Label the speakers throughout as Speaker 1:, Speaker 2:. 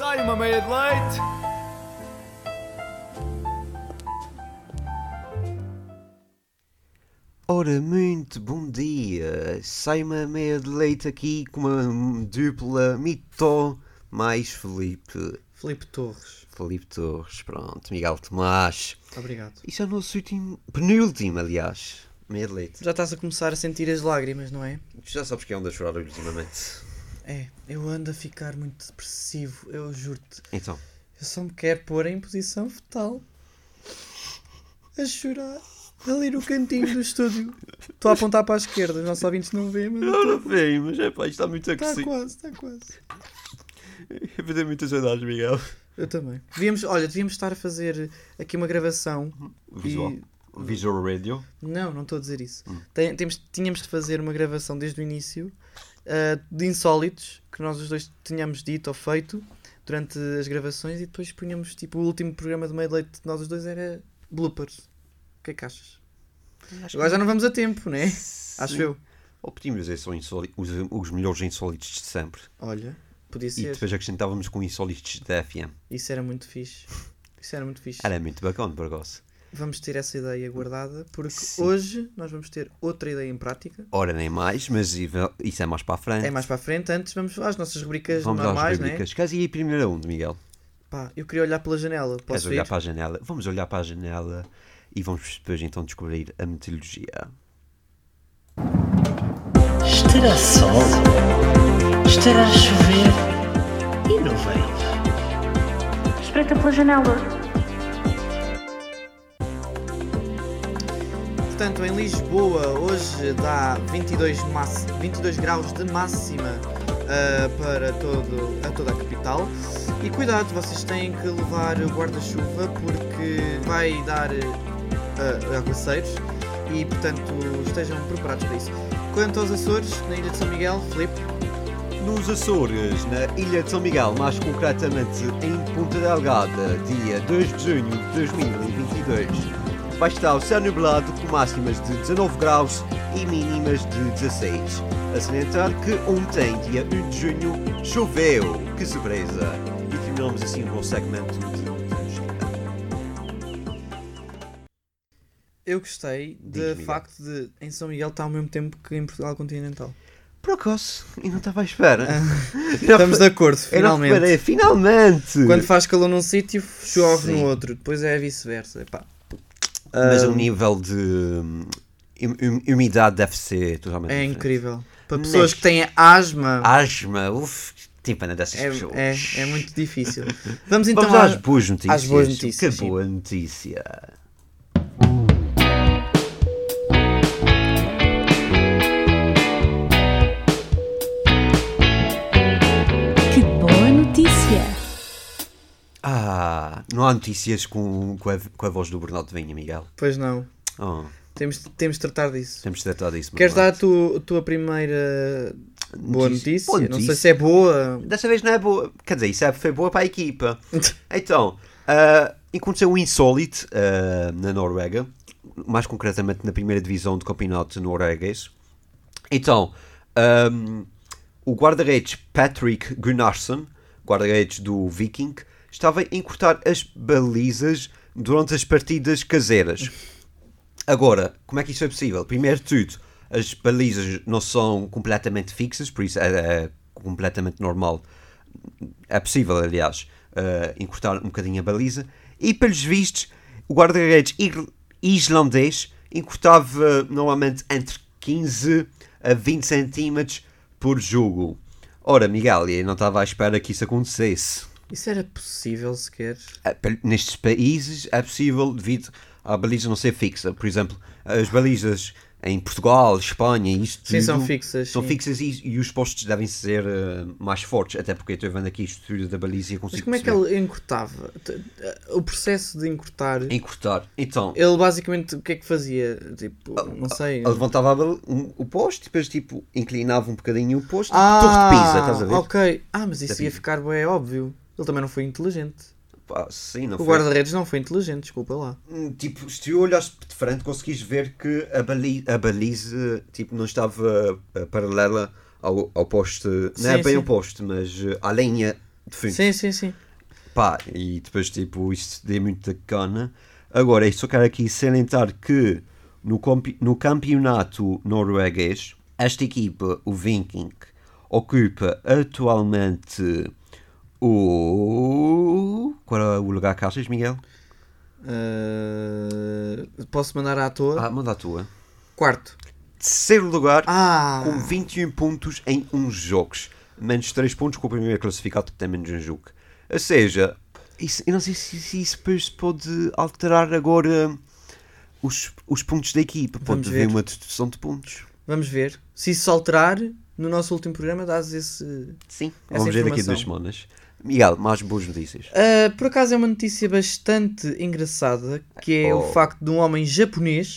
Speaker 1: I made it late.
Speaker 2: Ora, muito bom dia! Saima meia de leite aqui com uma dupla Mito mais Felipe.
Speaker 3: Felipe Torres,
Speaker 2: Felipe Torres, pronto, Miguel Tomás.
Speaker 3: obrigado.
Speaker 2: Isto é o nosso último, penúltimo, aliás, meia de leite.
Speaker 3: Já estás a começar a sentir as lágrimas, não é?
Speaker 2: Tu já sabes que anda a chorar ultimamente.
Speaker 3: É, eu ando a ficar muito depressivo, eu juro-te.
Speaker 2: Então,
Speaker 3: Eu só me quero pôr em posição fetal. A chorar. Ali no cantinho do estúdio. Estou a apontar para a esquerda, os nossos ouvintes não veem, mas
Speaker 2: não, não vem, mas é pá, isto está muito
Speaker 3: está
Speaker 2: agressivo.
Speaker 3: quase, está quase.
Speaker 2: Eu tenho muitas saudades, Miguel.
Speaker 3: Eu também. Devíamos, olha, devíamos estar a fazer aqui uma gravação.
Speaker 2: Visual.
Speaker 3: E...
Speaker 2: Visual Radio.
Speaker 3: Não, não estou a dizer isso.
Speaker 2: Hum.
Speaker 3: Tem- temos, tínhamos de fazer uma gravação desde o início ah, de insólitos que nós os dois tínhamos dito ou feito durante as gravações e depois punhamos tipo o último programa do meio de leite de nós os dois era bloopers. O que é que achas? Agora já não vamos a tempo, né? Acho eu.
Speaker 2: Optimus é só insóli- os, os melhores insólitos de sempre.
Speaker 3: Olha, podia
Speaker 2: E
Speaker 3: ser.
Speaker 2: depois acrescentávamos com insólitos da FM.
Speaker 3: Isso era muito fixe. Isso era muito fixe.
Speaker 2: Era muito bacana, Burgos.
Speaker 3: Vamos ter essa ideia guardada porque
Speaker 2: Sim.
Speaker 3: hoje nós vamos ter outra ideia em prática.
Speaker 2: Ora, nem mais, mas isso é mais para a frente.
Speaker 3: É mais para a frente, antes vamos às nossas rubricas
Speaker 2: Vamos às
Speaker 3: normais, né?
Speaker 2: rubricas. Quase aí a primeira onde, Miguel?
Speaker 3: Pá, eu queria olhar pela janela.
Speaker 2: Queres
Speaker 3: Posso ir?
Speaker 2: olhar para a janela? Vamos olhar para a janela e vamos depois então descobrir a meteorologia.
Speaker 4: Estará sol? Estará a chover? E não veio.
Speaker 5: Espreita pela janela.
Speaker 3: Portanto, em Lisboa hoje dá 22, mass- 22 graus de máxima ah, para todo, a toda a capital. E cuidado, vocês têm que levar o guarda-chuva porque vai dar ah, aguaceiros e, portanto, estejam preparados para isso. Quanto aos Açores, na Ilha de São Miguel, Filipe,
Speaker 2: Nos Açores, na Ilha de São Miguel, mais concretamente em Ponta Delgada, dia 2 de junho de 2022, vai estar o céu nublado com máximas de 19 graus e mínimas de 16. A salientar que ontem, dia 1 de junho, choveu. Que surpresa! E terminamos assim o nosso segmento de meteorologia.
Speaker 3: eu gostei
Speaker 2: Diz,
Speaker 3: do
Speaker 2: Miguel.
Speaker 3: facto de em São Miguel estar ao mesmo tempo que em Portugal continental.
Speaker 2: Precoce, e não estava à espera.
Speaker 3: Ah, Estamos de acordo,
Speaker 2: Eu não
Speaker 3: finalmente.
Speaker 2: reparei, finalmente!
Speaker 3: Quando faz calor num sítio, chove
Speaker 2: Sim.
Speaker 3: no outro. Depois é vice-versa. Epá.
Speaker 2: Mas o
Speaker 3: Ahm,
Speaker 2: nível de hum, hum, umidade deve ser totalmente
Speaker 3: é
Speaker 2: diferente.
Speaker 3: incrível. Para
Speaker 2: Mas-
Speaker 3: pessoas que têm asma,
Speaker 2: asma, uff, tímpana dessas
Speaker 3: é,
Speaker 2: pessoas.
Speaker 3: é, é muito difícil. Vamos então
Speaker 2: Vamos
Speaker 3: à-
Speaker 2: às boas notícias.
Speaker 3: às boas notícias,
Speaker 2: Que é
Speaker 3: sim.
Speaker 2: boa notícia.
Speaker 5: Que boa notícia!
Speaker 2: Ah, não há notícias com, com, a, com a voz do Bernardo de Vinha, Miguel.
Speaker 3: Pois não.
Speaker 2: Oh,
Speaker 3: Temos, temos de tratar disso.
Speaker 2: temos de tratar disso. é.
Speaker 3: Queres dar
Speaker 2: Bernardo.
Speaker 3: a tu- tua primeira boa notícia?
Speaker 2: Boa
Speaker 3: Não sei
Speaker 2: notícia.
Speaker 3: se é boa.
Speaker 2: Desta vez não é boa. Quer dizer, isso é, foi boa para a equipa. Então, ah, aconteceu um insólito ah, na Noruega, mais concretamente na primeira divisão do campeonato norueguês. Então, ahm, o guarda-redes Patrick Gunnarsson, guarda-redes do Viking, estava a encurtar as balizas durante as partidas caseiras. Agora, como é que isso é possível? Primeiro de tudo, as balizas não são completamente fixas, por isso é, é completamente normal. É possível, aliás, eh, encurtar um bocadinho a baliza. E, pelos vistos, o guarda-redes ir- islandês encurtava normalmente entre 15 a 20 centímetros por jogo. Ora, Miguel, eu não estava à espera que isso acontecesse.
Speaker 3: Isso era possível sequer.
Speaker 2: Ah, pel- nestes países é possível devido à baliza não ser fixa. Por exemplo, as balizas em Portugal, Espanha, isto
Speaker 3: Sim, são
Speaker 2: tudo
Speaker 3: fixas,
Speaker 2: São
Speaker 3: sim.
Speaker 2: fixas e, e os postos devem ser eh, mais fortes, até porque eu estou vendo aqui a estrutura da baliza e eu
Speaker 3: Mas
Speaker 2: consigo
Speaker 3: como é que
Speaker 2: perceber.
Speaker 3: ele encurtava? T- t- O processo de encurtar.
Speaker 2: encurtar. Então,
Speaker 3: Ele basicamente o que é que fazia? Tipo,
Speaker 2: Ah,
Speaker 3: não sei.
Speaker 2: ele levantava a bal- um- o posto e depois tipo, inclinava um bocadinho o posto.
Speaker 3: Ah,
Speaker 2: torre de pisa, estás a ver?
Speaker 3: Ok. Ah, mas isso
Speaker 2: Da
Speaker 3: ia
Speaker 2: Pisa.
Speaker 3: ficar bem óbvio. Ele também não foi inteligente.
Speaker 2: Pá, sim, não
Speaker 3: O
Speaker 2: foi-
Speaker 3: guarda-redes não foi inteligente, desculpa lá.
Speaker 2: Hum, Tipo, se tu olhas de frente, conseguis ver que a, bali a baliza tipo, não estava eh, paralela ao, ao poste. Não é
Speaker 3: Sim,
Speaker 2: bem
Speaker 3: sim.
Speaker 2: ao poste, mas eh, à linha de fundo.
Speaker 3: Sim, sim, sim.
Speaker 2: Pá, e depois, tipo, isto deu muita cana. Agora, é só quero aqui salientar que no, compi- no campeonato norueguês, esta equipa, o Viking, ocupa atualmente o. Qual é o lugar que achas, Miguel?
Speaker 3: Eh, posso mandar à toa?
Speaker 2: Ah, manda a tua.
Speaker 3: Quarto.
Speaker 2: Terceiro lugar,
Speaker 3: Ah!
Speaker 2: com 21 pontos em 11 jogos. Menos 3 pontos com o primeiro classificado que tem menos um jogo. Ou seja, isso- eu não sei se, se isso depois pode alterar agora hum, os, os pontos da equipa. Pode
Speaker 3: Vamos
Speaker 2: haver
Speaker 3: ver.
Speaker 2: uma dedução de pontos.
Speaker 3: Vamos ver. Se isso alterar, no nosso último programa dás esse.
Speaker 2: Sim.
Speaker 3: Essa
Speaker 2: Vamos ver daqui a duas
Speaker 3: informação.
Speaker 2: semanas. Miguel, mais boas notícias.
Speaker 3: Ah, por acaso é uma notícia bastante engraçada, que é
Speaker 2: Oh. Hum.
Speaker 3: o facto de um homem japonês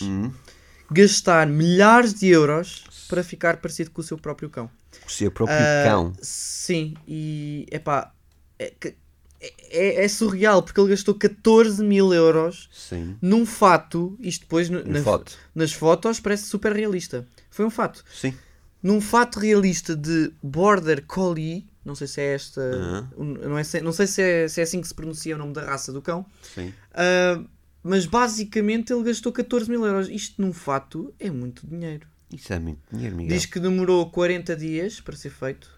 Speaker 3: gastar milhares de euros para ficar parecido com o seu próprio cão.
Speaker 2: O seu próprio
Speaker 3: Ah,
Speaker 2: cão.
Speaker 3: Sim, e epá, é que- é, é surreal porque ele gastou 14 mil euros
Speaker 2: Sim.
Speaker 3: num fato, isto depois no-
Speaker 2: Um
Speaker 3: nas-
Speaker 2: foto.
Speaker 3: nas fotos parece super realista. Foi um fato.
Speaker 2: Sim.
Speaker 3: Num fato realista de Border Collie, não sei se é esta, não, é, se- não sei se é, se é assim que se pronuncia o nome da raça do cão,
Speaker 2: Sim.
Speaker 3: ah, mas basicamente ele gastou 14 mil euros. Isto num fato é muito dinheiro.
Speaker 2: Isso é muito dinheiro, Miguel.
Speaker 3: Diz que demorou 40 dias para ser feito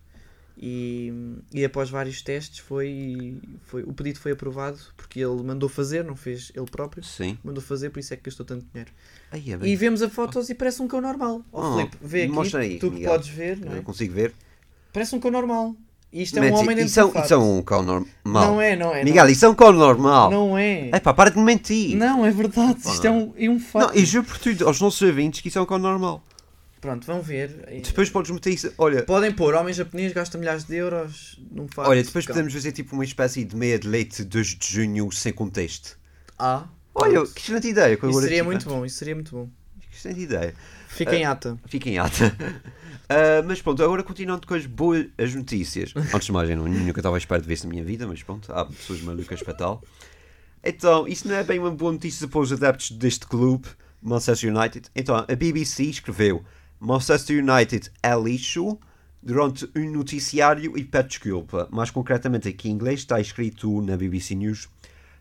Speaker 3: e, e após vários testes foi, foi o pedido foi aprovado porque ele mandou fazer, não fez ele próprio.
Speaker 2: Sim.
Speaker 3: Mandou fazer, por isso é que gastou tanto dinheiro.
Speaker 2: Aí é bem.
Speaker 3: E vemos a fotos e parece um cão normal. Ó
Speaker 2: Oh,
Speaker 3: Filipe, vê aqui,
Speaker 2: mostra aí,
Speaker 3: tu que
Speaker 2: Miguel.
Speaker 3: podes ver, não
Speaker 2: Eu
Speaker 3: é?
Speaker 2: não consigo ver.
Speaker 3: Parece um cão normal. E Isto é
Speaker 2: Mas
Speaker 3: um homem dentro
Speaker 2: isso, é,
Speaker 3: do fato.
Speaker 2: isso é um cão normal.
Speaker 3: Não é, não é. não
Speaker 2: Miguel, isso é um cão normal.
Speaker 3: é. Não é.
Speaker 2: É pá, para de mentir.
Speaker 3: Não, é verdade. Isto é um, é um fato.
Speaker 2: Não, e juro por tudo aos nossos ouvintes que isso é um cão normal.
Speaker 3: Pronto, vão ver.
Speaker 2: Depois podes meter isso. Olha,
Speaker 3: Podem pôr, homem japonês gasta milhares de euros num fato.
Speaker 2: olha depois
Speaker 3: de cão.
Speaker 2: podemos fazer tipo uma espécie de meia de leite 2 de junho sem contexto.
Speaker 3: Ah,
Speaker 2: Olha,
Speaker 3: pronto.
Speaker 2: que excelente ideia. que
Speaker 3: Isso
Speaker 2: agora
Speaker 3: seria
Speaker 2: tive.
Speaker 3: muito bom, isso seria muito bom.
Speaker 2: Que excelente ideia. É,
Speaker 3: Fica em ata.
Speaker 2: Fiquem ata. Ah, mas pronto, agora continuando com as boas as notícias. Antes de mais, eu não- nunca estava à espera de ver isso na minha vida, mas pronto, há pessoas malucas para tal. Então, isso não é bem uma boa notícia para os adeptos deste clube, Manchester United. Então, a BBC escreveu: Manchester United é lixo durante um noticiário e pede desculpa. Mais concretamente, aqui em inglês está escrito na BBC News: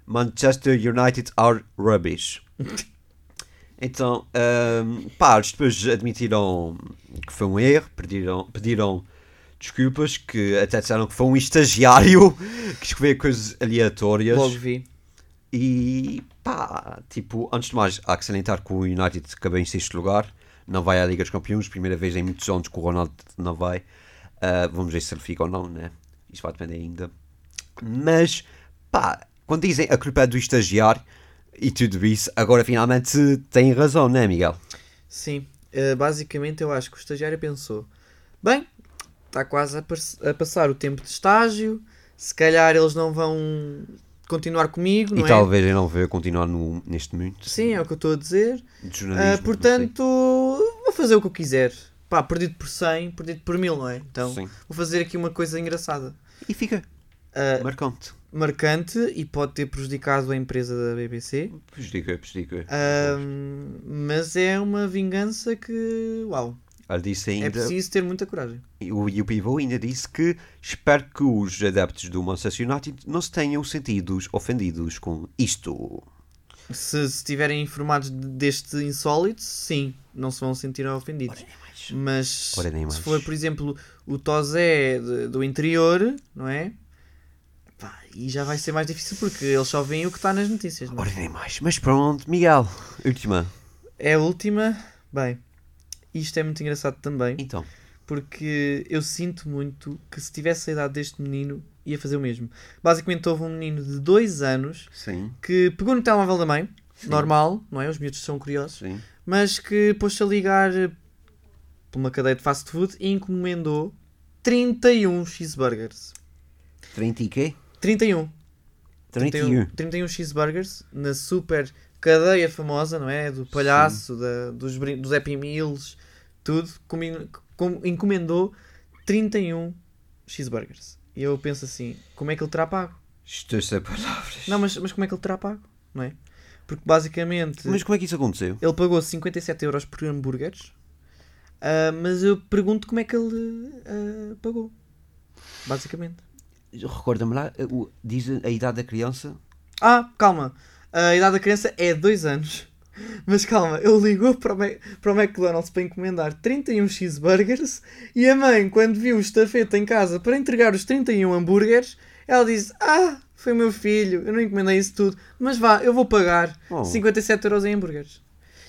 Speaker 2: Manchester United are rubbish. Então, ahm, pá, eles depois admitiram que foi um erro, pediram, pediram desculpas, que até disseram que foi um estagiário que escreveu coisas aleatórias.
Speaker 3: Logo vi.
Speaker 2: E pá, tipo, antes de mais, há que salientar que o United acabou em sexto lugar, não vai à Liga dos Campeões, primeira vez em muitos anos que o Ronaldo não vai. Ah, vamos ver se ele fica ou não, né? Isso vai depender ainda. Mas pá, quando dizem a culpa é do estagiário e tudo isso, agora finalmente têm razão, né, Miguel?
Speaker 3: Sim, eh, basicamente eu acho que o estagiário pensou: bem, está quase a, pers- a passar o tempo de estágio, se calhar eles não vão continuar comigo,
Speaker 2: E
Speaker 3: não é?
Speaker 2: talvez eu não veja continuar no, neste mundo
Speaker 3: Sim, é o que eu estou a dizer.
Speaker 2: de
Speaker 3: Ah,
Speaker 2: jornalismo.
Speaker 3: portanto, vou fazer o que eu quiser. Pá, perdido por 100, perdido por 1000, não é? Então,
Speaker 2: Sim.
Speaker 3: vou fazer aqui uma coisa engraçada,
Speaker 2: não sei. E fica.
Speaker 3: ah,
Speaker 2: Marcante.
Speaker 3: marcante e pode ter prejudicado a empresa da BBC.
Speaker 2: Prejudica, prejudica.
Speaker 3: ah, Ahm, mas é uma vingança que. Uau!
Speaker 2: Ela disse ainda.
Speaker 3: É preciso ter muita coragem.
Speaker 2: E o, e o Pivô ainda disse que espero que os adeptos do Manchester United não se tenham sentido ofendidos com isto.
Speaker 3: Se se estiverem informados de- deste insólito, sim, não se vão sentir ofendidos. Mas
Speaker 2: Ora, nem
Speaker 3: se
Speaker 2: mais.
Speaker 3: for, por exemplo, o Tozé de- do interior, não é? Pá, e já vai ser mais difícil porque eles só veem o que está nas notícias. Não é?
Speaker 2: Ora, nem mais. Mas pronto, Miguel, última.
Speaker 3: é a última. Bem, isto é muito engraçado também
Speaker 2: Então,
Speaker 3: porque eu sinto muito que se tivesse a idade deste menino ia fazer o mesmo. Basicamente, houve um menino de 2 anos
Speaker 2: sim,
Speaker 3: que pegou no telemóvel da mãe, normal, não é? Os miúdos são curiosos.
Speaker 2: sim.
Speaker 3: mas que pôs-se a ligar eh, por uma cadeia de fast food e encomendou 31 cheeseburgers.
Speaker 2: 30 e quê?
Speaker 3: 31.
Speaker 2: 31.
Speaker 3: 31 cheeseburgers na super cadeia famosa, não é? Do palhaço, da, dos, brin- dos Happy Meals, tudo. Comi- com- encomendou 31 cheeseburgers. E eu penso assim, como é que ele terá pago?
Speaker 2: Estou sem palavras.
Speaker 3: Não, mas, mas como é que ele terá pago? Não é? Porque basicamente...
Speaker 2: Mas como é que isso aconteceu?
Speaker 3: Ele pagou 57 euros por hambúrgueres, ah, mas eu pergunto como é que ele ah, pagou, basicamente.
Speaker 2: Recorda-me lá, eh, o- diz a idade da criança.
Speaker 3: Ah, calma. A idade da criança é 2 anos. Mas calma, ele ligou para o, Mac- para o McDonald's para encomendar 31 cheeseburgers e a mãe, quando viu o estafeta em casa para entregar os 31 hambúrgueres, ela disse: Ah, foi o meu filho, eu não encomendei isso tudo, mas vá, eu vou pagar
Speaker 2: Oh.
Speaker 3: 57 euros em hambúrgueres.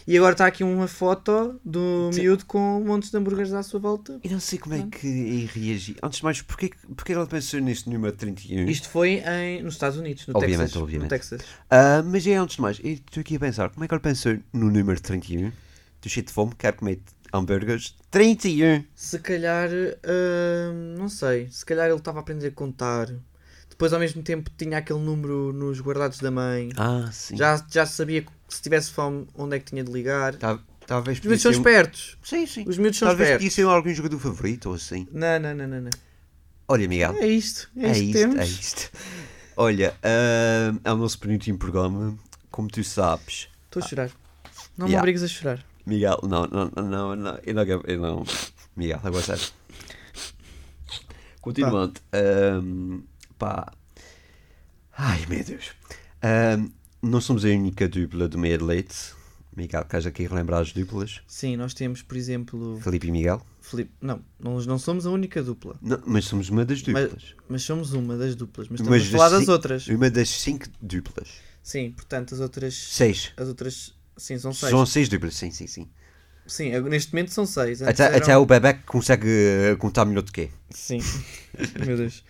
Speaker 3: E agora está aqui uma foto do miúdo com montes de hambúrgueres à sua volta.
Speaker 2: Eu não sei como é que aí reagi. Antes de mais, porquê, que- porquê que ela pensou neste número 31?
Speaker 3: Isto foi em- nos Estados Unidos, no
Speaker 2: Obviamente,
Speaker 3: Texas. No
Speaker 2: obviamente.
Speaker 3: Texas.
Speaker 2: Ah, mas é antes de mais, eu estou aqui a pensar, como é que ela pensou no número 31? Estou cheio de fome, quero comer hambúrgueres. 31!
Speaker 3: Se calhar, hum, não sei, se calhar ele estava a aprender a contar. Depois, ao mesmo tempo, tinha aquele número nos guardados da mãe.
Speaker 2: Ah, sim.
Speaker 3: Já, já sabia que se tivesse fome onde é que tinha de ligar.
Speaker 2: Ta- talvez um
Speaker 3: Os miúdos são espertos.
Speaker 2: Sim, sim.
Speaker 3: Os miúdos são
Speaker 2: talvez
Speaker 3: espertos.
Speaker 2: podia ser algum jogador favorito ou assim.
Speaker 3: Não, não, não, não, não.
Speaker 2: Olha, Miguel,
Speaker 3: É isto, é,
Speaker 2: é
Speaker 3: isto que
Speaker 2: isto,
Speaker 3: temos.
Speaker 2: é isto. Olha, ah, é o nosso penúltimo programa. Como tu sabes,
Speaker 3: Estou a chorar. Não me
Speaker 2: Yeah.
Speaker 3: obrigues a chorar.
Speaker 2: Miguel, não, não, não, não, eu não, eu não. Miguel, agora sério. Continuando. ahm, pá. Ai, meu Deus. Ahm, não somos a única dupla do meio de leite. Miguel, queres aqui relembrar as duplas?
Speaker 3: Sim, nós temos, por exemplo,
Speaker 2: Felipe e Miguel?
Speaker 3: Felipe. Não, nós não somos a única dupla.
Speaker 2: Não, mas somos uma das
Speaker 3: Mas,
Speaker 2: duplas.
Speaker 3: mas somos uma das duplas. Mas estamos a falar
Speaker 2: das
Speaker 3: das
Speaker 2: cinco-
Speaker 3: outras.
Speaker 2: Uma das cinco duplas.
Speaker 3: Sim, portanto, as outras.
Speaker 2: Seis.
Speaker 3: As outras. Sim, são seis.
Speaker 2: São seis duplas, sim, sim, sim.
Speaker 3: Sim, ag- neste momento são seis. Antes
Speaker 2: Até,
Speaker 3: eram-
Speaker 2: até o bebé que consegue eh, contar melhor do que é.
Speaker 3: Sim. Meu Deus.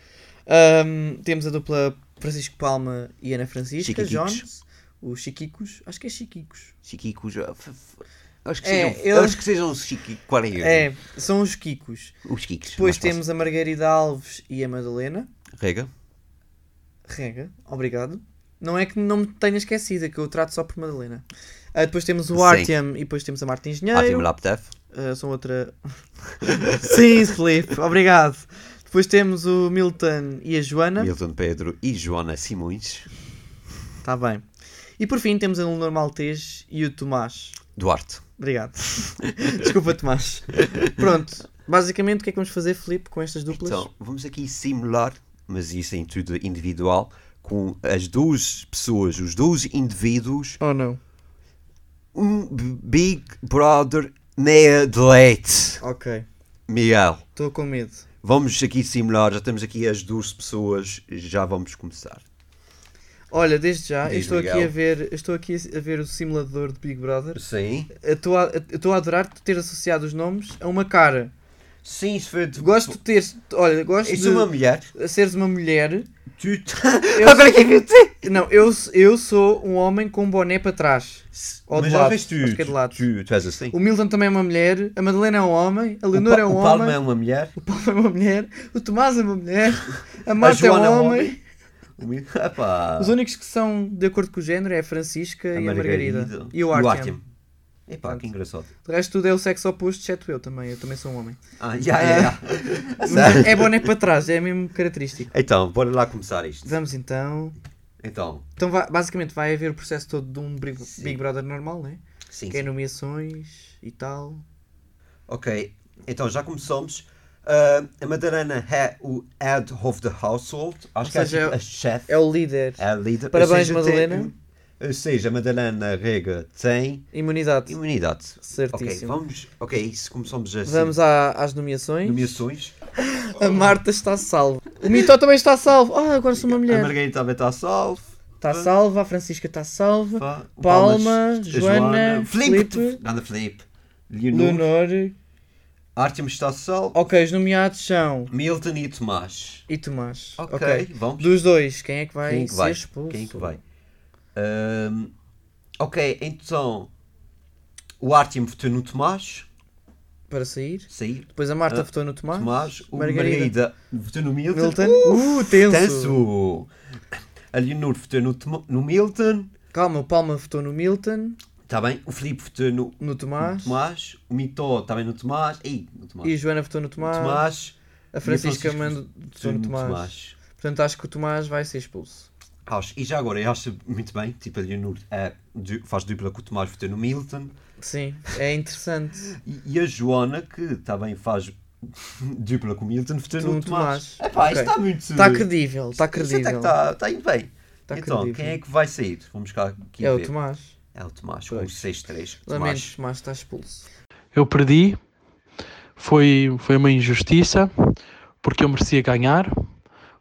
Speaker 3: Ahm, temos a dupla Francisco Palma e Ana Francisca
Speaker 2: Chiquiquicos.
Speaker 3: Jones. Os Chiquicos. Acho que é Chiquicos.
Speaker 2: Chiquicos. ah, f- f- Acho que,
Speaker 3: É,
Speaker 2: sejam,
Speaker 3: eu-
Speaker 2: acho que sejam os chiqui um. 40.
Speaker 3: É, são os Kikos.
Speaker 2: Os Kicks.
Speaker 3: Depois
Speaker 2: é mais
Speaker 3: temos a Margarida Alves e a Madalena.
Speaker 2: fácil. Rega.
Speaker 3: Rega, obrigado. Não é que não me tenha esquecido, é que eu trato só por Madalena. Ah, depois temos o
Speaker 2: Sim.
Speaker 3: Artem e depois temos a Marta Engenheiro.
Speaker 2: Atim Laptef.
Speaker 3: Ah, são outra. Sim, Felipe, obrigado. Depois temos o Milton e a Joana.
Speaker 2: Milton Pedro e Joana Simões.
Speaker 3: Está Tá bem. E por fim temos a Leonor Maltês e o Tomás.
Speaker 2: Duarte.
Speaker 3: Obrigado. Desculpa, Tomás. Pronto. Basicamente, o que é que vamos fazer, Filipe, com estas duplas?
Speaker 2: Então, vamos aqui simular, mas isso é em tudo individual, com as duas pessoas, os dois indivíduos,
Speaker 3: Ou não?
Speaker 2: um b- Big Brother meia de leite.
Speaker 3: Ok.
Speaker 2: Miguel,
Speaker 3: Estou com medo.
Speaker 2: vamos aqui simular, já temos aqui as duas pessoas, já vamos começar.
Speaker 3: Olha, desde já, eu
Speaker 2: Diz,
Speaker 3: estou aqui
Speaker 2: Miguel.
Speaker 3: a ver, eu estou aqui a ver o simulador de Big Brother.
Speaker 2: Sim?
Speaker 3: Eu Estou a, eu estou a adorar ter associado os nomes a uma cara.
Speaker 2: Sim, isso foi de...
Speaker 3: Gosto de ter, olha, gosto
Speaker 2: És
Speaker 3: de
Speaker 2: é uma mulher?
Speaker 3: seres uma mulher.
Speaker 2: Tu... Agora que é que eu te...
Speaker 3: Não, eu, eu sou um homem com um boné para trás. Ou de
Speaker 2: Mas já
Speaker 3: lado,
Speaker 2: vês tu,
Speaker 3: acho que é de lado.
Speaker 2: tu, tu és assim.
Speaker 3: O Milton também é uma mulher, a Madalena é um homem, a Leonor
Speaker 2: Pa-
Speaker 3: é um
Speaker 2: o Palma
Speaker 3: homem,
Speaker 2: é uma mulher.
Speaker 3: o Paulo é uma mulher, o Tomás é uma mulher, a Marta é um
Speaker 2: Joana é um
Speaker 3: homem.
Speaker 2: homem. O Mi- Epá.
Speaker 3: Os únicos que são de acordo com o género é a Francisca e a Margarida. E o Artem.
Speaker 2: Epá, que engraçado.
Speaker 3: De resto tudo é o sexo oposto, exceto eu também, eu também sou um homem.
Speaker 2: Ah, já, já, já.
Speaker 3: Mas é boné para trás, é mesmo característico.
Speaker 2: Então, bora lá começar isto.
Speaker 3: Vamos então.
Speaker 2: Então,
Speaker 3: Então vai- basicamente vai haver o processo todo de um Big, Big Brother normal, né?
Speaker 2: sim.
Speaker 3: Que é
Speaker 2: sim.
Speaker 3: nomeações e tal.
Speaker 2: Ok, então já começamos. Ah, a Madalena é o head of the household. Acho que
Speaker 3: seja,
Speaker 2: é tipo a chefe.
Speaker 3: É o líder.
Speaker 2: É a líder.
Speaker 3: Parabéns,
Speaker 2: Ou seja, tem- um,
Speaker 3: Madalena.
Speaker 2: Ou seja, a Madalena Rega tem
Speaker 3: Imunidade.
Speaker 2: imunidade. Ok,
Speaker 3: Certíssimo.
Speaker 2: vamos. Ok, isso começamos assim.
Speaker 3: Vamos à- às nomeações.
Speaker 2: Nomeações.
Speaker 3: A Marta está salva. O Mitó também está salvo. Ah, agora sou uma
Speaker 2: A
Speaker 3: mulher.
Speaker 2: Margarida também está salve.
Speaker 3: Está salva, a Francisca está salva.
Speaker 2: Pá, o
Speaker 3: Palma,
Speaker 2: Palmas,
Speaker 3: Joana,
Speaker 2: Filipe.
Speaker 3: Filipe.
Speaker 2: Nada Filipe. Leonor.
Speaker 3: Leonor.
Speaker 2: Artemis está só.
Speaker 3: Ok, os nomeados são.
Speaker 2: Milton e Tomás.
Speaker 3: E Tomás.
Speaker 2: Ok, vamos.
Speaker 3: Dos dois, quem é que vai
Speaker 2: Quem é que
Speaker 3: ser
Speaker 2: vai?
Speaker 3: expulso?
Speaker 2: Quem é que vai? Ahm, ok, então. O Artem votou no Tomás.
Speaker 3: Para sair.
Speaker 2: Sair.
Speaker 3: Depois a Marta
Speaker 2: Ah,
Speaker 3: votou no Tomás.
Speaker 2: Tomás. O
Speaker 3: Margarida.
Speaker 2: Margarida votou no Milton.
Speaker 3: Milton.
Speaker 2: Uh,
Speaker 3: Uh, tenso.
Speaker 2: tenso. A Leonor votou no, Toma- no Milton.
Speaker 3: Calma, o Palma votou no Milton,
Speaker 2: Está bem. O Filipe votou no
Speaker 3: no Tomás.
Speaker 2: Tomás. O Mitó também no Tomás. Ei, no Tomás.
Speaker 3: E a Joana votou no Tomás.
Speaker 2: Tomás.
Speaker 3: Ah, A Francisca mandou votou
Speaker 2: votou
Speaker 3: no Tomás. Portanto, acho que o Tomás vai ser expulso.
Speaker 2: Acho, e já agora, eu acho muito bem, tipo, a Leonor é, du- faz dupla com o Tomás votou no Milton
Speaker 3: Sim, é interessante.
Speaker 2: e, e a Joana, que também tá faz Dupla com Milton, Fetano
Speaker 3: Tu,
Speaker 2: no Tomás.
Speaker 3: Tomás.
Speaker 2: Epá,
Speaker 3: Ok.
Speaker 2: isto está muito...
Speaker 3: Está credível, está
Speaker 2: Isto até que tá.
Speaker 3: credível.
Speaker 2: está, está indo bem.
Speaker 3: Está
Speaker 2: então,
Speaker 3: credível.
Speaker 2: quem é que vai sair? Vamos cá aqui
Speaker 3: É
Speaker 2: ver.
Speaker 3: o Tomás.
Speaker 2: É o Tomás, com
Speaker 3: Pois.
Speaker 2: 6-3.
Speaker 3: Lamento,
Speaker 2: Tomás,
Speaker 3: Tomás está expulso.
Speaker 1: Eu perdi, foi, foi uma injustiça, porque eu merecia ganhar,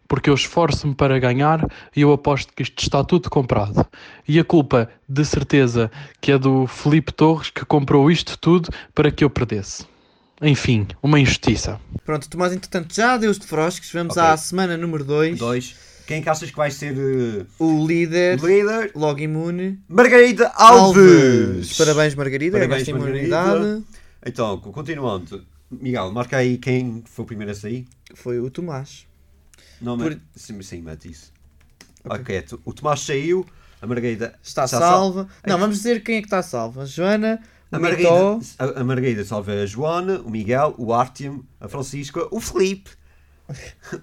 Speaker 1: porque eu esforço-me para ganhar e eu aposto que isto está tudo comprado. E a culpa, de certeza, que é do Felipe Torres que comprou isto tudo para que eu perdesse. Enfim, uma injustiça.
Speaker 3: Pronto, Tomás, entretanto, já deu os de frosques. Vamos
Speaker 2: Ok.
Speaker 3: à semana número 2.
Speaker 2: dois. Quem é que achas que vai ser eh,
Speaker 3: O líder,
Speaker 2: líder?
Speaker 3: logo imune,
Speaker 2: Margarida Alves!
Speaker 3: Parabéns, Margarida.
Speaker 2: Parabéns,
Speaker 3: Parabéns,
Speaker 2: Margarida.
Speaker 3: imunidade.
Speaker 2: Então, co- continuando. Miguel, marca aí quem foi o primeiro a sair.
Speaker 3: Foi o Tomás.
Speaker 2: Não,
Speaker 3: Por-
Speaker 2: mas sim, sim, mete isso. Ok, tu- o Tomás saiu, a Margarida
Speaker 3: Está
Speaker 2: está sal-
Speaker 3: salva. Não, vamos dizer quem é que está salva. Joana,
Speaker 2: A
Speaker 3: o
Speaker 2: Margarida,
Speaker 3: Mitó,
Speaker 2: a, a Margarida salva a Joana, o Miguel, o Artyom, a Francisca, o Felipe,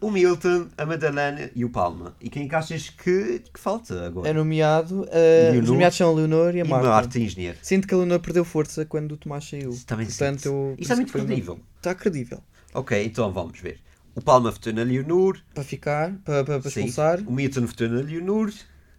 Speaker 2: o Milton, a Madalena e o Palma. E quem é que achas que, que falta agora?
Speaker 3: é nomeado. eh,
Speaker 2: Leonor.
Speaker 3: os nomeados são a Leonor e a
Speaker 2: e
Speaker 3: Marta.
Speaker 2: Marta, engenheiro.
Speaker 3: Sinto que a Leonor perdeu força quando o Tomás saiu.
Speaker 2: Também
Speaker 3: Portanto,
Speaker 2: sinto.
Speaker 3: eu-
Speaker 2: Isto é muito
Speaker 3: foi uma-
Speaker 2: credível.
Speaker 3: Está credível.
Speaker 2: Ok, então vamos ver. O Palma votou na Leonor.
Speaker 3: Para ficar, para, para, para
Speaker 2: Sim.
Speaker 3: expulsar.
Speaker 2: O Milton votou na Leonor.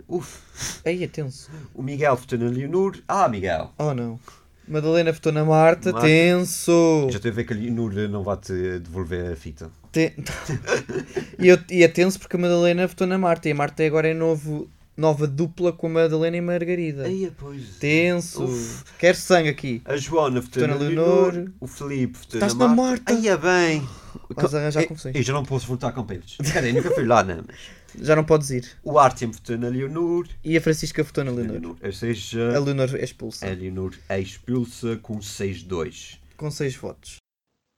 Speaker 2: Uf.
Speaker 3: Aí é tenso.
Speaker 2: O Miguel votou na Leonor. Ah, Miguel.
Speaker 3: Oh não. Madalena votou na Marta,
Speaker 2: Marta.
Speaker 3: tenso.
Speaker 2: Já estou a ver que a Leonor não vai te devolver a fita.
Speaker 3: Ten- e, eu, e é tenso porque a Madalena votou na Marta e a Marta agora é novo, nova dupla com a Madalena e Margarida.
Speaker 2: pois.
Speaker 3: Tenso.
Speaker 2: Uf.
Speaker 3: Quero sangue aqui.
Speaker 2: A Joana votou na
Speaker 3: Votou na
Speaker 2: Leonor,
Speaker 3: Leonor.
Speaker 2: o Filipe votou
Speaker 3: Estás
Speaker 2: na
Speaker 3: na
Speaker 2: Marta.
Speaker 3: Marta.
Speaker 2: Aí é bem.
Speaker 3: Vamos arranjar
Speaker 2: Eu-
Speaker 3: confusões.
Speaker 2: Eu já não posso voltar com pelos. Cadê? Nunca fui lá, não. mas-
Speaker 3: Já não podes ir.
Speaker 2: O Artem votou na Leonor.
Speaker 3: E a Francisca votou na
Speaker 2: Na
Speaker 3: Leonor.
Speaker 2: Leonor. Ou
Speaker 3: A
Speaker 2: seja,
Speaker 3: Leonor é
Speaker 2: a
Speaker 3: expulsa.
Speaker 2: Leonor é expulsa com 6-2.
Speaker 3: Com seis votos.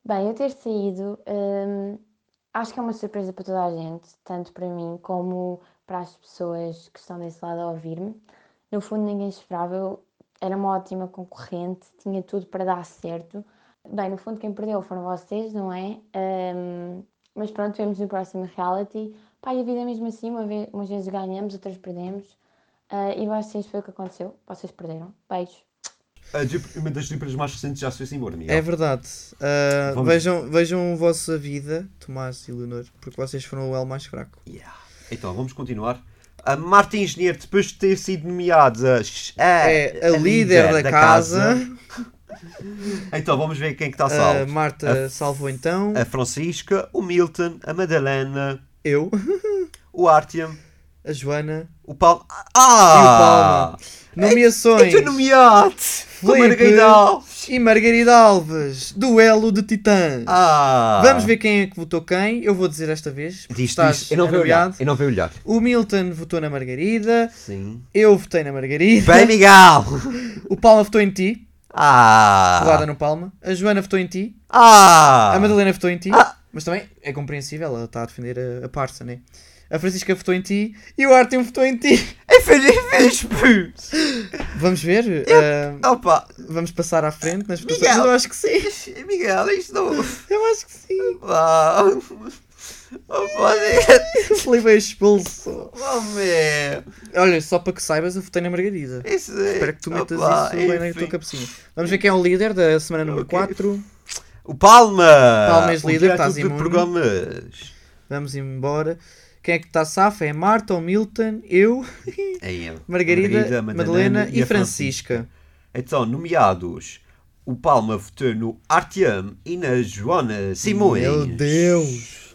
Speaker 6: Bem, eu ter saído, hum, acho que é uma surpresa para toda a gente, tanto para mim como para as pessoas que estão desse lado a ouvir-me. No fundo, ninguém esperava, eu era uma ótima concorrente, tinha tudo para dar certo. Bem, no fundo, quem perdeu foram vocês, não é? Hum, mas pronto, vemos no próximo reality. Pá, e a vida é mesmo assim, uma vez, umas vezes ganhamos, outras perdemos. Ah, e vocês foi o que aconteceu, vocês perderam. Beijos.
Speaker 2: A dupla- Uma das duplas mais recentes já se fez embora, Miguel.
Speaker 3: É verdade. Ah,
Speaker 2: Vamos-
Speaker 3: vejam, vejam a vossa vida, Tomás e Leonor, porque vocês foram o L mais fraco.
Speaker 2: Yeah. Então, vamos continuar. A Marta Engenheiro, depois de ter sido nomeada a,
Speaker 3: É a, líder, da, casa.
Speaker 2: Então, vamos ver quem que está
Speaker 3: A
Speaker 2: salvo.
Speaker 3: Marta salvou então.
Speaker 2: A Francisca, o Milton, a Madalena,
Speaker 3: Eu,
Speaker 2: o Artyom,
Speaker 3: a Joana.
Speaker 2: o Palma.
Speaker 3: Ah!
Speaker 2: Ah!
Speaker 3: Nomeações.
Speaker 2: Então, nomeado!
Speaker 3: Filipe.
Speaker 2: Margarida Alves!
Speaker 3: E Margarida Alves, duelo de titãs.
Speaker 2: Ah!
Speaker 3: Vamos ver quem é que votou quem. Eu vou dizer esta vez. porque
Speaker 2: Diz,
Speaker 3: estás
Speaker 2: diz. Eu não vou olhar.
Speaker 3: anuviado.
Speaker 2: Eu não vou olhar.
Speaker 3: O Milton votou na Margarida.
Speaker 2: Sim.
Speaker 3: Eu votei na Margarida.
Speaker 2: Bem, Miguel!
Speaker 3: O Palma votou em ti. Rodada
Speaker 2: Ah!
Speaker 3: no Palma. A Joana votou em ti.
Speaker 2: Ah!
Speaker 3: A Madalena votou em ti.
Speaker 2: Ah.
Speaker 3: Mas também é compreensível. Ela está a defender a, a parça, né? A Francisca votou em ti. E o Artem votou em ti.
Speaker 2: É feliz, feliz!
Speaker 3: Vamos ver. ah,
Speaker 2: Opa!
Speaker 3: vamos passar à frente nas votações.
Speaker 2: Miguel.
Speaker 3: Eu acho que sim.
Speaker 2: Miguel, isto não.
Speaker 3: Eu acho que sim.
Speaker 2: Opa! Opa!
Speaker 3: O Felipe é expulso.
Speaker 2: Oh, meu!
Speaker 3: Olha, só para que saibas, eu votei na Margarida.
Speaker 2: Isso é-
Speaker 3: Espero que tu metas
Speaker 2: Opa,
Speaker 3: isso bem na
Speaker 2: enfim.
Speaker 3: tua cabecinha. Vamos ver quem é o líder da semana número
Speaker 2: Ok.
Speaker 3: 4.
Speaker 2: O Palma! Um
Speaker 3: Palma és
Speaker 2: O
Speaker 3: líder,
Speaker 2: diretor
Speaker 3: estás
Speaker 2: de
Speaker 3: imune.
Speaker 2: programas.
Speaker 3: Vamos embora. Quem é que está safa? É a Marta, o Milton, eu,
Speaker 2: É eu.
Speaker 3: Margarida, Madalena, e,
Speaker 2: a
Speaker 3: Francisca.
Speaker 2: Então, nomeados. O Palma votou no Artyom e na Joana Simões.
Speaker 3: Meu Deus!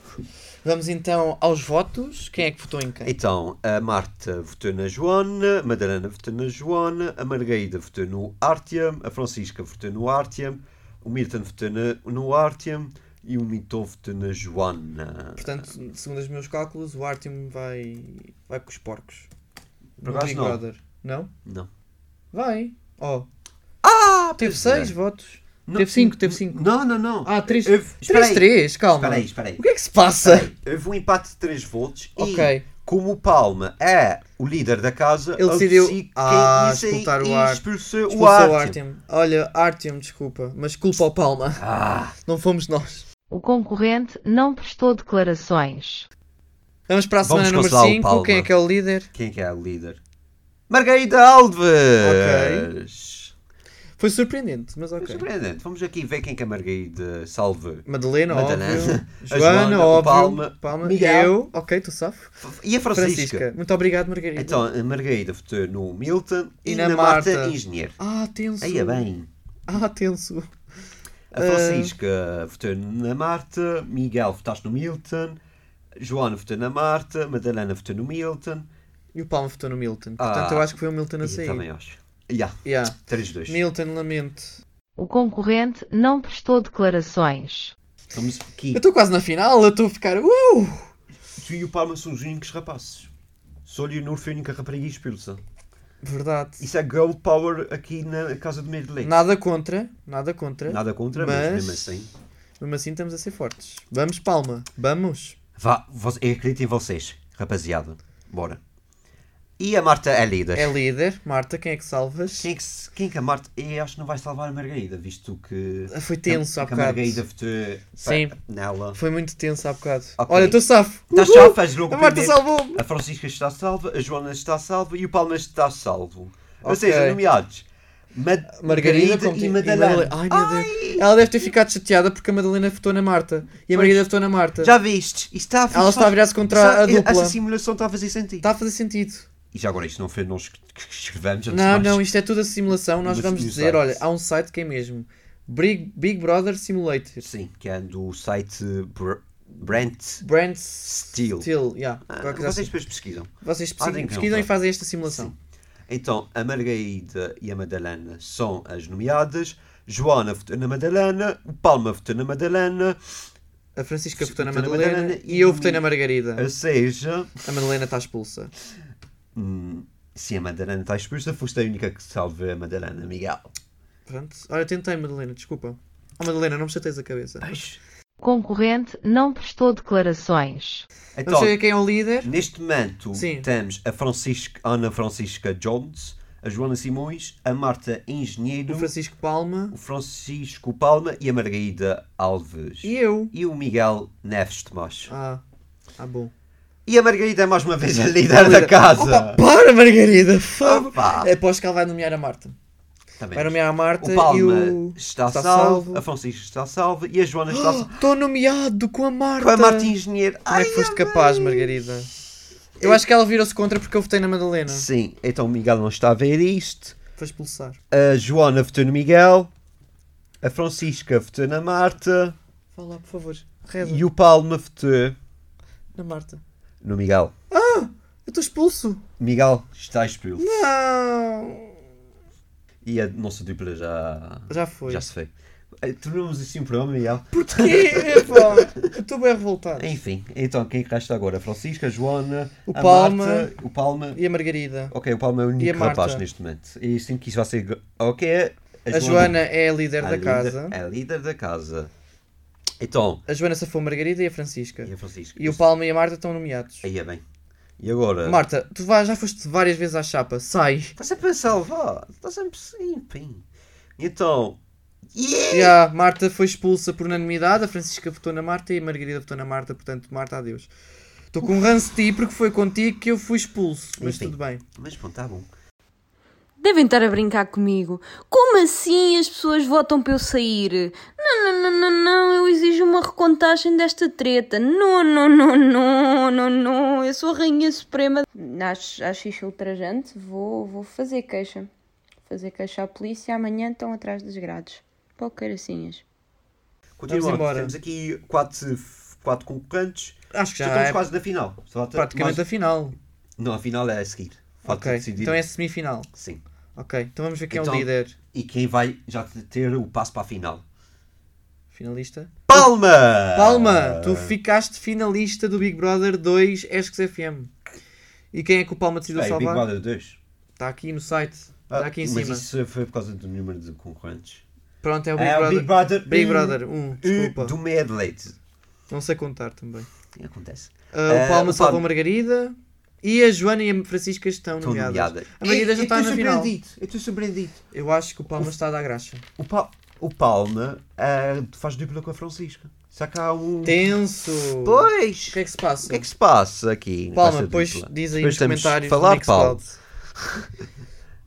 Speaker 3: Vamos então aos votos. Quem é que votou em quem?
Speaker 2: Então, a Marta votou na Joana, a Madalena votou na Joana, a Margarida votou no Artyom, a Francisca votou no Artyom, o Milton votou na- no Artyom e o Milton votou na Joana.
Speaker 3: Portanto, segundo os meus cálculos, o Artem vai, vai com os porcos.
Speaker 2: Por
Speaker 3: No
Speaker 2: acaso
Speaker 3: Big
Speaker 2: não.
Speaker 3: Brother. Não?
Speaker 2: Não.
Speaker 3: Vai. Oh,
Speaker 2: Ah,
Speaker 3: teve 6 votos. Teve 5, teve 5.
Speaker 2: Não, não, não.
Speaker 3: Ah, 3.
Speaker 2: Eu- espera aí.
Speaker 3: 3-3, calma.
Speaker 2: Espera aí, espera aí.
Speaker 3: O que é que se passa?
Speaker 2: Houve um empate de 3 volts e,
Speaker 3: Ok.
Speaker 2: como o Palma é o líder da casa,
Speaker 3: Ele decidiu-
Speaker 2: decidi quem
Speaker 3: Ah,
Speaker 2: ia sair
Speaker 3: expulsar o
Speaker 2: e
Speaker 3: Ar-
Speaker 2: expulsou o
Speaker 3: Expulsou Tipo, o
Speaker 2: Artem.
Speaker 3: Artem. Olha, Artem, desculpa, mas culpa ao Palma.
Speaker 2: Ah,
Speaker 3: Não fomos nós.
Speaker 7: O concorrente não prestou declarações.
Speaker 3: Vamos para a
Speaker 2: Vamos
Speaker 3: semana número
Speaker 2: consolar o
Speaker 3: 5.
Speaker 2: Palma.
Speaker 3: Quem é que é o líder?
Speaker 2: quem é que é o líder? Margarida Alves! É
Speaker 3: Foi surpreendente, mas ok.
Speaker 2: Surpreendente. Vamos aqui ver quem que a Margarida salve.
Speaker 3: Madalena,
Speaker 2: Madalena.
Speaker 3: óbvio.
Speaker 2: A
Speaker 3: Joana,
Speaker 2: Joana, o
Speaker 3: óbvio.
Speaker 2: Palma. Miguel.
Speaker 3: Eu, ok, tu safo.
Speaker 2: E a Francisca?
Speaker 3: Francisca. Muito obrigado, Margarida.
Speaker 2: Então, a Margarida votou no Milton e,
Speaker 3: E
Speaker 2: na,
Speaker 3: na
Speaker 2: Marta,
Speaker 3: Marta.
Speaker 2: Engenheiro.
Speaker 3: Ah, tenso.
Speaker 2: Aí é bem.
Speaker 3: Ah, tenso.
Speaker 2: A
Speaker 3: Ah.
Speaker 2: Francisca votou na Marta, Miguel votaste no Milton, Joana votou na Marta, Madalena votou no Milton.
Speaker 3: E o Palma votou no Milton.
Speaker 2: Ah.
Speaker 3: Portanto, eu acho que foi o Milton a
Speaker 2: Eu
Speaker 3: sair.
Speaker 2: também acho. Já,
Speaker 3: Yeah.
Speaker 2: 3-2.
Speaker 3: Milton, lamento.
Speaker 7: O concorrente não prestou declarações.
Speaker 2: Estamos aqui.
Speaker 3: Eu estou quase na final, eu estou a ficar. "Uh!" Uau!
Speaker 2: Tu e o Palma são os únicos rapazes. Sou eu não fui a única rapariga expulsa.
Speaker 3: Verdade.
Speaker 2: Isso é girl power aqui na Casa do Meio de Leite.
Speaker 3: Nada contra, nada contra.
Speaker 2: Nada contra, mas,
Speaker 3: Mas-
Speaker 2: mesmo assim.
Speaker 3: Mesmo assim, estamos a ser fortes. Vamos, Palma, vamos.
Speaker 2: Vá, vo- eu acredito em vocês, rapaziada. Bora. E a Marta é líder.
Speaker 3: É líder. Marta, quem é que salvas?
Speaker 2: Quem, é que, se- quem é que a Marta. Eu acho que não vai salvar a Margarida, visto que.
Speaker 3: Ah, Foi tenso há
Speaker 2: que a
Speaker 3: bocado.
Speaker 2: Margarida votou pa-
Speaker 3: Sim.
Speaker 2: nela.
Speaker 3: Foi muito tenso há bocado.
Speaker 2: Ok. Tá
Speaker 3: Olha, estou safo.
Speaker 2: Está
Speaker 3: Uhul!
Speaker 2: chave, faz logo
Speaker 3: A Marta
Speaker 2: primeiro.
Speaker 3: salvou-me.
Speaker 2: A Francisca está salva, a Joana está salva e o Palmas está salvo. Ou
Speaker 3: Ok.
Speaker 2: seja, nomeados. Ma-
Speaker 3: Margarida,
Speaker 2: Margarida
Speaker 3: conti-
Speaker 2: e Madalena.
Speaker 3: Ai, meu Deus. Ela deve ter ficado chateada porque a Madalena votou na Marta. E a Margarida votou na Marta.
Speaker 2: Já viste? Isto está a
Speaker 3: Ela está a virar-se contra a
Speaker 2: Sabe,
Speaker 3: dupla.
Speaker 2: Essa simulação está a fazer sentido.
Speaker 3: Está Tá a fazer sentido.
Speaker 2: E já agora, isto não foi nós que que escrevemos antes
Speaker 3: Não,
Speaker 2: de mais.
Speaker 3: não, isto é tudo a simulação. Nós
Speaker 2: Mas
Speaker 3: vamos
Speaker 2: e o
Speaker 3: dizer,
Speaker 2: site?
Speaker 3: olha, há um site que é mesmo. Big, Big Brother Simulator.
Speaker 2: Sim, que é do site Br- Brent.
Speaker 3: Brand
Speaker 2: Steel.
Speaker 3: Steel. yeah.
Speaker 2: Ah,
Speaker 3: Qualquer coisa
Speaker 2: vocês
Speaker 3: assim.
Speaker 2: depois pesquisam.
Speaker 3: Vocês
Speaker 2: Ah, tem
Speaker 3: pesquisam,
Speaker 2: que
Speaker 3: pesquisam e
Speaker 2: ver.
Speaker 3: fazem esta simulação.
Speaker 2: Então, a Margarida e a Madalena são as nomeadas. Joana votou na Madalena, o Palma votou na Madalena,
Speaker 3: A Francisca
Speaker 2: Sim,
Speaker 3: votou na
Speaker 2: votou na
Speaker 3: Madalena,
Speaker 2: Madalena
Speaker 3: e
Speaker 2: e
Speaker 3: eu
Speaker 2: no
Speaker 3: votei na
Speaker 2: Mi-
Speaker 3: Margarida.
Speaker 2: ou seja,
Speaker 3: A Madalena está expulsa.
Speaker 2: hum, se a Madalena está expulsa, foste a única que salve a Madalena, Miguel.
Speaker 3: Pronto. Olha, tentei, Madalena, desculpa. Oh, Madalena, não me chateis a cabeça.
Speaker 7: O concorrente não prestou declarações.
Speaker 3: Não
Speaker 2: Então,
Speaker 3: sei quem é o líder.
Speaker 2: neste momento,
Speaker 3: Sim.
Speaker 2: temos a Francisca, a Ana Francisca Jones, a Joana Simões, a Marta Engenheiro,
Speaker 3: O Francisco Palma
Speaker 2: o Francisco Palma e a Margarida Alves.
Speaker 3: e eu.
Speaker 2: E o Miguel Neves Tomás.
Speaker 3: Ah, ah bom.
Speaker 2: E a Margarida é mais uma vez a líder da casa.
Speaker 3: Para, Margarida! fogo.
Speaker 2: Opa!
Speaker 3: Aposto É que ela vai nomear a Marta.
Speaker 2: Também.
Speaker 3: Vai nomear a Marta
Speaker 2: O Palma
Speaker 3: e o.
Speaker 2: está, salvo, a Francisca está salva e a Joana está salva.
Speaker 3: Estou nomeado com a Marta!
Speaker 2: Com a Marta Engenheiro.
Speaker 3: Ah, Como é que foste capaz, Margarida? Eu acho que ela virou-se contra porque eu votei na Madalena.
Speaker 2: Sim, então o Miguel não está a ver isto.
Speaker 3: Foi expulsar.
Speaker 2: A Joana votou no Miguel. A Francisca votou na Marta.
Speaker 3: Fala, por favor. Reza.
Speaker 2: E o Palma votou
Speaker 3: Na Marta.
Speaker 2: no Miguel.
Speaker 3: Eu estou expulso!
Speaker 2: Miguel está expulso.
Speaker 3: Não!
Speaker 2: E a nossa dupla já,
Speaker 3: Já foi.
Speaker 2: já se foi. Eh, Tornamos assim um programa, Miguel.
Speaker 3: Porquê? Epá, eu estou bem revoltado.
Speaker 2: Enfim, então quem é que resta agora? A Francisca, a Joana,
Speaker 3: O
Speaker 2: a
Speaker 3: Palma.
Speaker 2: Marta, o Palma
Speaker 3: E a Margarida?
Speaker 2: Ok, o Palma é o
Speaker 3: E a
Speaker 2: único
Speaker 3: Marta?
Speaker 2: rapaz neste momento. E sempre que isso vai ser. go- Ok,
Speaker 3: A Joana é a líder
Speaker 2: a
Speaker 3: da
Speaker 2: líder-
Speaker 3: casa.
Speaker 2: É a líder da casa. Então,
Speaker 3: A Joana safou a Margarida e a Francisca.
Speaker 2: e a Francisca?
Speaker 3: E o Palma e a Marta estão nomeados.
Speaker 2: Aí é bem. E agora?
Speaker 3: Marta, tu vais- já foste várias vezes à chapa. Sai.
Speaker 2: Está sempre a salvar. Está sempre. Enfim. Então. Yeah!
Speaker 3: E a Marta foi expulsa por unanimidade. A Francisca votou na Marta e a Margarida votou na Marta. Portanto, Marta, adeus. Estou com um ranço de ti porque foi contigo que eu fui expulso. Mas
Speaker 2: Enfim.
Speaker 3: tudo bem.
Speaker 2: Mas pronto, está bom.
Speaker 8: Devem estar a brincar comigo. Como assim as pessoas votam para eu sair? Não, não, não, não, não. Eu exijo uma recontagem desta treta. Não, não, não, não, não, não. Eu sou a rainha suprema. Acho, acho isto ultrajante. Vou, vou fazer queixa. Fazer queixa à polícia. Amanhã estão atrás das grades. Pouqueirocinhas.
Speaker 2: Continuamos.
Speaker 3: embora.
Speaker 2: Temos aqui quatro, quatro concorrentes.
Speaker 3: Acho que
Speaker 2: Já,
Speaker 3: já,
Speaker 2: estamos
Speaker 3: é
Speaker 2: quase na final. Só falta
Speaker 3: praticamente a
Speaker 2: mais-
Speaker 3: final.
Speaker 2: Não, a final é a seguir. Falta
Speaker 3: Ok.
Speaker 2: decidir.
Speaker 3: Então é semifinal.
Speaker 2: Sim.
Speaker 3: Ok. Então vamos ver quem é
Speaker 2: Então-
Speaker 3: o líder.
Speaker 2: E quem vai já ter o passo para a final?
Speaker 3: Finalista.
Speaker 2: Palma!
Speaker 3: Palma, tu ficaste finalista do Big Brother 2 Esques FM. E quem é que o Palma decidiu
Speaker 2: Bem, Big
Speaker 3: salvar?
Speaker 2: Brother 2.
Speaker 3: Está aqui no site. Está aqui em
Speaker 2: Ah, mas
Speaker 3: cima.
Speaker 2: isso foi por causa do número de concorrentes.
Speaker 3: Pronto, é o Big
Speaker 2: É o
Speaker 3: Brother.
Speaker 2: Big Brother.
Speaker 3: Big
Speaker 2: um,
Speaker 3: Brother 1,
Speaker 2: um,
Speaker 3: desculpa.
Speaker 2: do meio de leite.
Speaker 3: Não sei contar também.
Speaker 2: Acontece.
Speaker 3: Ah,
Speaker 2: Ah,
Speaker 3: o Palma
Speaker 2: o
Speaker 3: salvou
Speaker 2: Palma.
Speaker 3: a Margarida. E a Joana e a Francisca estão
Speaker 2: Estou
Speaker 3: nomeadas.
Speaker 2: nomeada.
Speaker 3: A Margarida
Speaker 2: Ei,
Speaker 3: já
Speaker 2: eu estou
Speaker 3: está tá na final.
Speaker 2: surpreendido, Eu estou surpreendido.
Speaker 3: Eu acho que o Palma está a dar graxa.
Speaker 2: O, Pal- o Palma ah, faz dupla com a Francisca. Só que há um...
Speaker 3: Tenso.
Speaker 2: Pois!
Speaker 3: O que é que se
Speaker 2: O
Speaker 3: passa?
Speaker 2: que é que se passa aqui?
Speaker 3: Palma,
Speaker 2: nessa
Speaker 3: depois
Speaker 2: dupla?
Speaker 3: diz aí
Speaker 2: Depois
Speaker 3: nos é
Speaker 2: temos de
Speaker 3: comentários
Speaker 2: falar,
Speaker 3: do Mixcloud.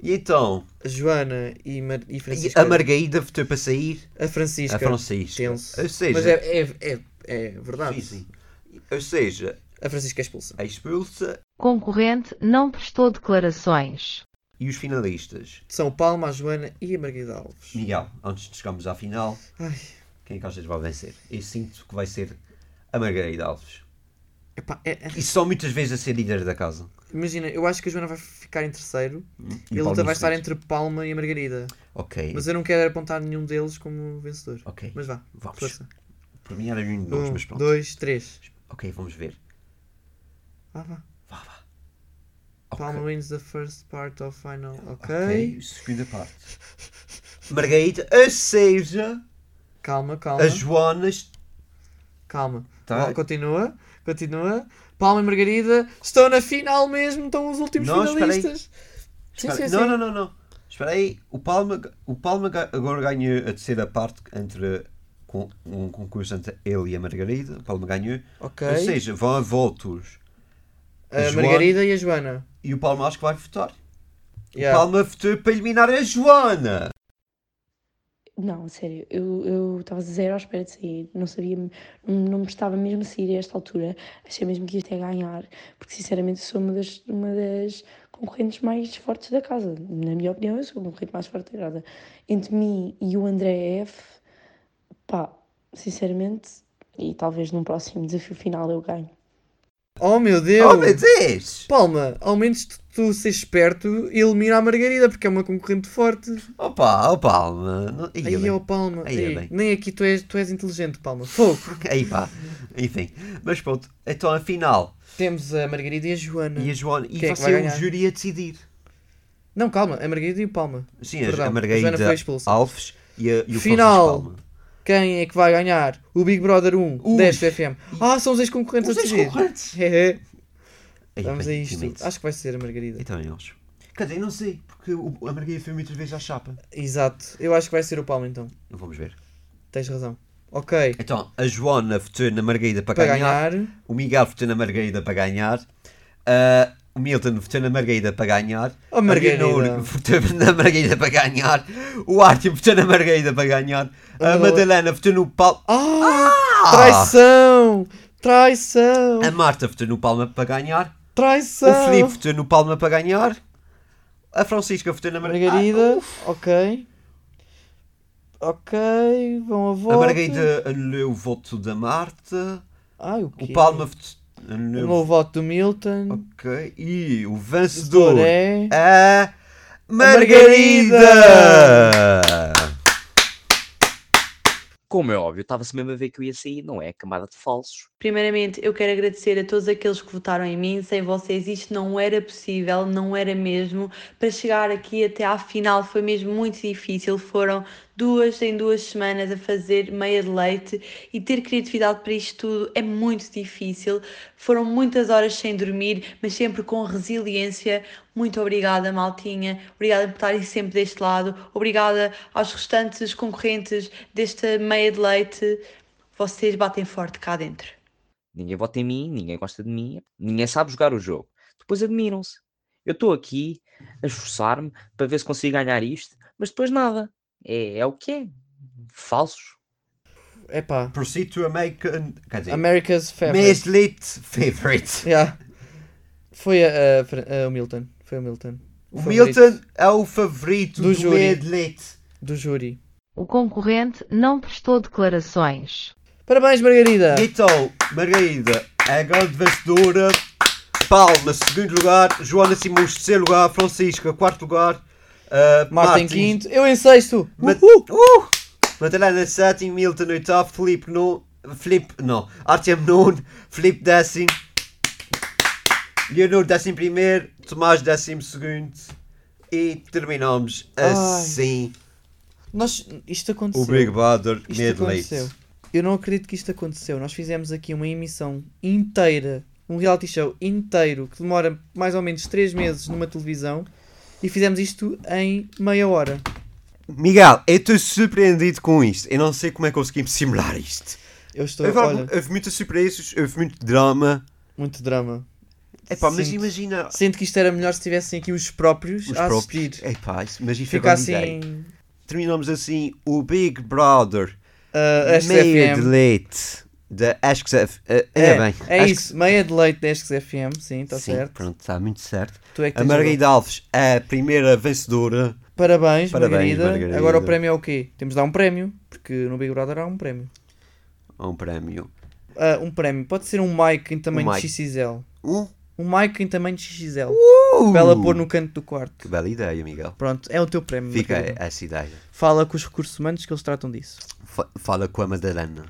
Speaker 2: E então,
Speaker 3: A Joana e, Mar- e Francisca.
Speaker 2: a Margarida votou para sair?
Speaker 3: A Francisca.
Speaker 2: A Francisca.
Speaker 3: Tenso.
Speaker 2: Ou seja-
Speaker 3: Mas é, é, é, é verdade.
Speaker 2: Sim, sim. Ou seja,
Speaker 3: A Francisca é expulsa.
Speaker 2: a expulsa
Speaker 7: Concorrente não prestou declarações.
Speaker 2: e os finalistas.
Speaker 3: São o Palma, a Joana e a Margarida Alves.
Speaker 2: Miguel, antes de chegarmos à final,
Speaker 3: Ai,
Speaker 2: quem é que achas que vai vencer? Eu sinto que vai ser a Margarida Alves.
Speaker 3: epá, é- é-
Speaker 2: E só muitas vezes a ser líder da casa.
Speaker 3: imagina, eu acho que a Joana vai ficar em terceiro
Speaker 2: Hum, E
Speaker 3: e a
Speaker 2: o Paulo
Speaker 3: luta vai
Speaker 2: nos
Speaker 3: estar
Speaker 2: dois.
Speaker 3: entre Palma e a Margarida.
Speaker 2: Ok,
Speaker 3: Mas eu não quero apontar nenhum deles como vencedor.
Speaker 2: Ok.
Speaker 3: Mas vá,
Speaker 2: Vamos.
Speaker 3: força.
Speaker 2: para mim era um de nós, mas
Speaker 3: Um,
Speaker 2: pronto.
Speaker 3: dois, três.
Speaker 2: Ok, vamos ver.
Speaker 3: Vá, vá.
Speaker 2: Vá, vá.
Speaker 3: Palma
Speaker 2: Ok.
Speaker 3: wins the first part of final. Ok.
Speaker 2: Ok, segunda parte. Margarida, ou seja,
Speaker 3: Calma, calma.
Speaker 2: a Joana
Speaker 3: Calma.
Speaker 2: Tá.
Speaker 3: Vá, Continua, continua. Palma e Margarida estão na final mesmo, estão os últimos
Speaker 2: Não, espera aí.
Speaker 3: finalistas. Sim,
Speaker 2: Espera-
Speaker 3: sim, sim.
Speaker 2: não, não, não, não. Espera aí. O Palma, o Palma ga- agora ganhou a terceira parte entre com, um concurso entre ele e a Margarida. O Palma ganhou.
Speaker 3: Ok.
Speaker 2: Ou seja, vão a votos.
Speaker 3: a
Speaker 2: Joana-
Speaker 3: Margarida e a Joana.
Speaker 2: E o Palma acho que vai votar.
Speaker 3: Yeah.
Speaker 2: O Palma votou para eliminar a Joana.
Speaker 6: Não, sério, eu eu estava zero à espera de sair, não sabia, não, não me estava mesmo a sair a esta altura, achei mesmo que ia até ganhar, porque sinceramente sou uma das, uma das concorrentes mais fortes da casa, na minha opinião eu sou a concorrente mais forte da casa. Entre mim e o André F, pá, sinceramente, e talvez num próximo desafio final eu ganhe.
Speaker 3: Oh meu Deus!
Speaker 2: Oh meu Deus!
Speaker 3: Palma, ao menos tu, tu ser esperto, elimina a Margarida, porque é uma concorrente forte.
Speaker 2: Opa, oh Palma. Não- e
Speaker 3: Aí,
Speaker 2: ele?
Speaker 3: ó Palma,
Speaker 2: Aí,
Speaker 3: ei,
Speaker 2: ele.
Speaker 3: nem aqui tu és, tu és inteligente, Palma. Fogo!
Speaker 2: Aí pá. Enfim. Mas pronto. Então a final.
Speaker 3: Temos a Margarida e a Joana.
Speaker 2: E a Joana. E
Speaker 3: Quem é
Speaker 2: vai
Speaker 3: que vai
Speaker 2: ser o
Speaker 3: ganhar?
Speaker 2: júri a decidir.
Speaker 3: Não, calma, a Margarida e o Palma.
Speaker 2: Sim, a-
Speaker 3: Perdão,
Speaker 2: a
Speaker 3: a Joana
Speaker 2: Margarida
Speaker 3: foi expulsa.
Speaker 2: Alves e, a, e o
Speaker 3: Final.
Speaker 2: Francisco Palma.
Speaker 3: Quem é que vai ganhar? O Big Brother 1
Speaker 2: Ui.
Speaker 3: desta FM. Ah, são os ex-concorrentes a
Speaker 2: Os
Speaker 3: decidir.
Speaker 2: ex-concorrentes.
Speaker 3: É, é.
Speaker 2: Aí,
Speaker 3: Vamos a
Speaker 2: bem,
Speaker 3: isto.
Speaker 2: timidez.
Speaker 3: Acho que vai ser a Margarida.
Speaker 2: Então eu acho. Quer dizer, eu não sei, porque o, a Margarida foi muitas vezes à chapa.
Speaker 3: Exato. Eu acho que vai ser o Palma então.
Speaker 2: Vamos ver.
Speaker 3: Tens razão. Ok.
Speaker 2: Então, a Joana votou na Margarida para,
Speaker 3: Para
Speaker 2: ganhar.
Speaker 3: ganhar.
Speaker 2: O Miguel votou na Margarida para ganhar. Ah, o Milton votou na Margarida para ganhar.
Speaker 3: Oh, Margarida.
Speaker 2: A Leonor votou na Margarida para ganhar. O Artem votou na Margarida para ganhar. A
Speaker 3: Oh.
Speaker 2: Madalena votou no Palma.
Speaker 3: Ah! Traição! Traição!
Speaker 2: A Marta votou no Palma para ganhar.
Speaker 3: Traição!
Speaker 2: Ah, O Filipe votou no Palma para ganhar. A Francisca votou na Margarida.
Speaker 3: Margarida. ok. Ok. Vão a voto.
Speaker 2: a Margarida anulou o voto da Marta.
Speaker 3: Ai, o quê?
Speaker 2: O Palma votou.
Speaker 3: O
Speaker 2: anulou
Speaker 3: meu voto do Milton.
Speaker 2: Ok, e o vencedor
Speaker 3: é-
Speaker 2: é
Speaker 3: Margarida!
Speaker 2: Margarida!
Speaker 9: Como é óbvio, estava-se mesmo a ver que eu ia sair, não é? Camada de falsos.
Speaker 10: Primeiramente, eu quero agradecer a todos aqueles que votaram em mim. Sem vocês, isto não era possível, não era mesmo. Para chegar aqui até à final foi mesmo muito difícil. Foram duas em duas semanas a fazer meia de leite e ter criatividade para isto tudo é muito difícil. Foram muitas horas sem dormir, mas sempre com resiliência. Muito obrigada, Maltinha. Obrigada por estarem sempre deste lado. Obrigada aos restantes concorrentes desta meia de leite. Vocês batem forte cá dentro.
Speaker 9: Ninguém vota em mim, ninguém gosta de mim, ninguém sabe jogar o jogo. Depois admiram-se. Eu estou aqui a esforçar-me para ver se consigo ganhar isto, mas depois nada. É, é o que é. Falsos.
Speaker 3: Epá.
Speaker 2: Proceed to American. Quer dizer,
Speaker 3: America's Favorite.
Speaker 2: Most Lit Favorite.
Speaker 3: Yeah. Foi a, a Fran- a- o Milton. Foi o Milton.
Speaker 2: O
Speaker 3: favorito
Speaker 2: Milton é o favorito
Speaker 3: Do
Speaker 2: do,
Speaker 3: júri.
Speaker 2: Mad Lit.
Speaker 3: Do júri.
Speaker 7: O concorrente não prestou declarações.
Speaker 3: Parabéns, Margarida!
Speaker 2: Então, Margarida é a grande vencedora. Palma, segundo lugar. Joana Simões, terceiro lugar. Francisca, quarto lugar. Uh,
Speaker 3: Marta em quinto, eu em sexto!
Speaker 2: Ma-
Speaker 3: Uhul!
Speaker 2: Uh! Madalena sétimo, Milton oitavo, Filipe no... Filipe, não. Artem nono, Filipe décimo. Leonor décimo primeiro, Tomás décimo segundo. E terminamos
Speaker 3: Ai.
Speaker 2: assim
Speaker 3: Nós, isto aconteceu.
Speaker 2: o Big Brother
Speaker 3: Isto aconteceu.
Speaker 2: Midlate.
Speaker 3: Eu não acredito que isto aconteceu. Nós fizemos aqui uma emissão inteira, um reality show inteiro, que demora mais ou menos 3 meses numa televisão, e fizemos isto em meia hora.
Speaker 2: Miguel, eu estou surpreendido com isto. Eu não sei como é que conseguimos simular isto.
Speaker 3: Eu estou,
Speaker 2: Houve,
Speaker 3: olha,
Speaker 2: algo- houve muitas surpresas, houve muito drama.
Speaker 3: muito drama.
Speaker 2: Epá, mas
Speaker 3: Sinto-
Speaker 2: imagina.
Speaker 3: Sinto que isto era melhor se tivessem aqui os próprios
Speaker 2: Os
Speaker 3: a
Speaker 2: próprios.
Speaker 3: assistir.
Speaker 2: Epá, isso- mas isto é
Speaker 3: Fica
Speaker 2: agora me dei.
Speaker 3: assim.
Speaker 2: Terminamos assim o Big Brother.
Speaker 3: Ah, esta
Speaker 2: meia
Speaker 3: FM.
Speaker 2: de leite da Ask Zef. Uh,
Speaker 3: É,
Speaker 2: bem.
Speaker 3: é
Speaker 2: Ask-
Speaker 3: isso, meia de leite da Esques FM, sim, está
Speaker 2: Sim,
Speaker 3: certo.
Speaker 2: pronto, está muito certo.
Speaker 3: Tu é que
Speaker 2: a
Speaker 3: tens
Speaker 2: Margarida Alves é a primeira vencedora.
Speaker 3: Parabéns,
Speaker 2: Parabéns,
Speaker 3: Margarida.
Speaker 2: Margarida.
Speaker 3: Agora o prémio é o quê? Temos de dar um prémio, porque no Big Brother há um prémio.
Speaker 2: Há Um prémio.
Speaker 3: Ah, um prémio, pode ser um mic em tamanho
Speaker 2: mic.
Speaker 3: XXL.
Speaker 2: Um?
Speaker 3: mic em tamanho XXL.
Speaker 2: Uh!
Speaker 3: Para ela pôr no canto do quarto.
Speaker 2: Que bela ideia, Miguel.
Speaker 3: Pronto, é o teu prémio.
Speaker 2: Fica
Speaker 3: Margarida.
Speaker 2: essa ideia.
Speaker 3: Fala com os recursos humanos que eles tratam disso.
Speaker 2: Fa- Fala com a Madalena.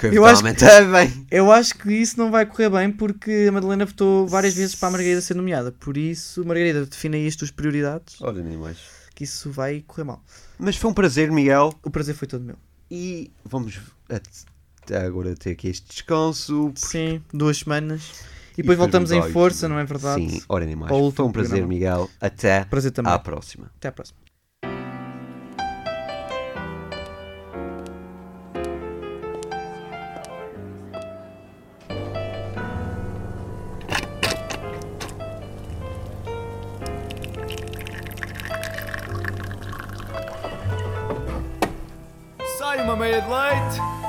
Speaker 2: Que
Speaker 3: Eu acho, que,
Speaker 2: eventualmente é bem.
Speaker 3: eu acho que isso não vai correr bem porque a Madalena votou várias vezes para a Margarida ser nomeada. Por isso, Margarida, defina aí as tuas prioridades
Speaker 2: Olha, nem mais.
Speaker 3: que isso vai correr mal.
Speaker 2: Mas foi um prazer, Miguel.
Speaker 3: O prazer foi todo meu.
Speaker 2: E vamos até agora ter aqui este descanso.
Speaker 3: Sim, duas semanas. E depois voltamos em força, não é verdade?
Speaker 2: né? Sim, Ah. olha, nem mais.
Speaker 3: Ao
Speaker 2: Foi
Speaker 3: último
Speaker 2: um prazer,
Speaker 3: programa.
Speaker 2: Miguel. Até
Speaker 3: Prazer também.
Speaker 2: à próxima.
Speaker 3: Até à próxima.
Speaker 11: Sai uma meia de leite.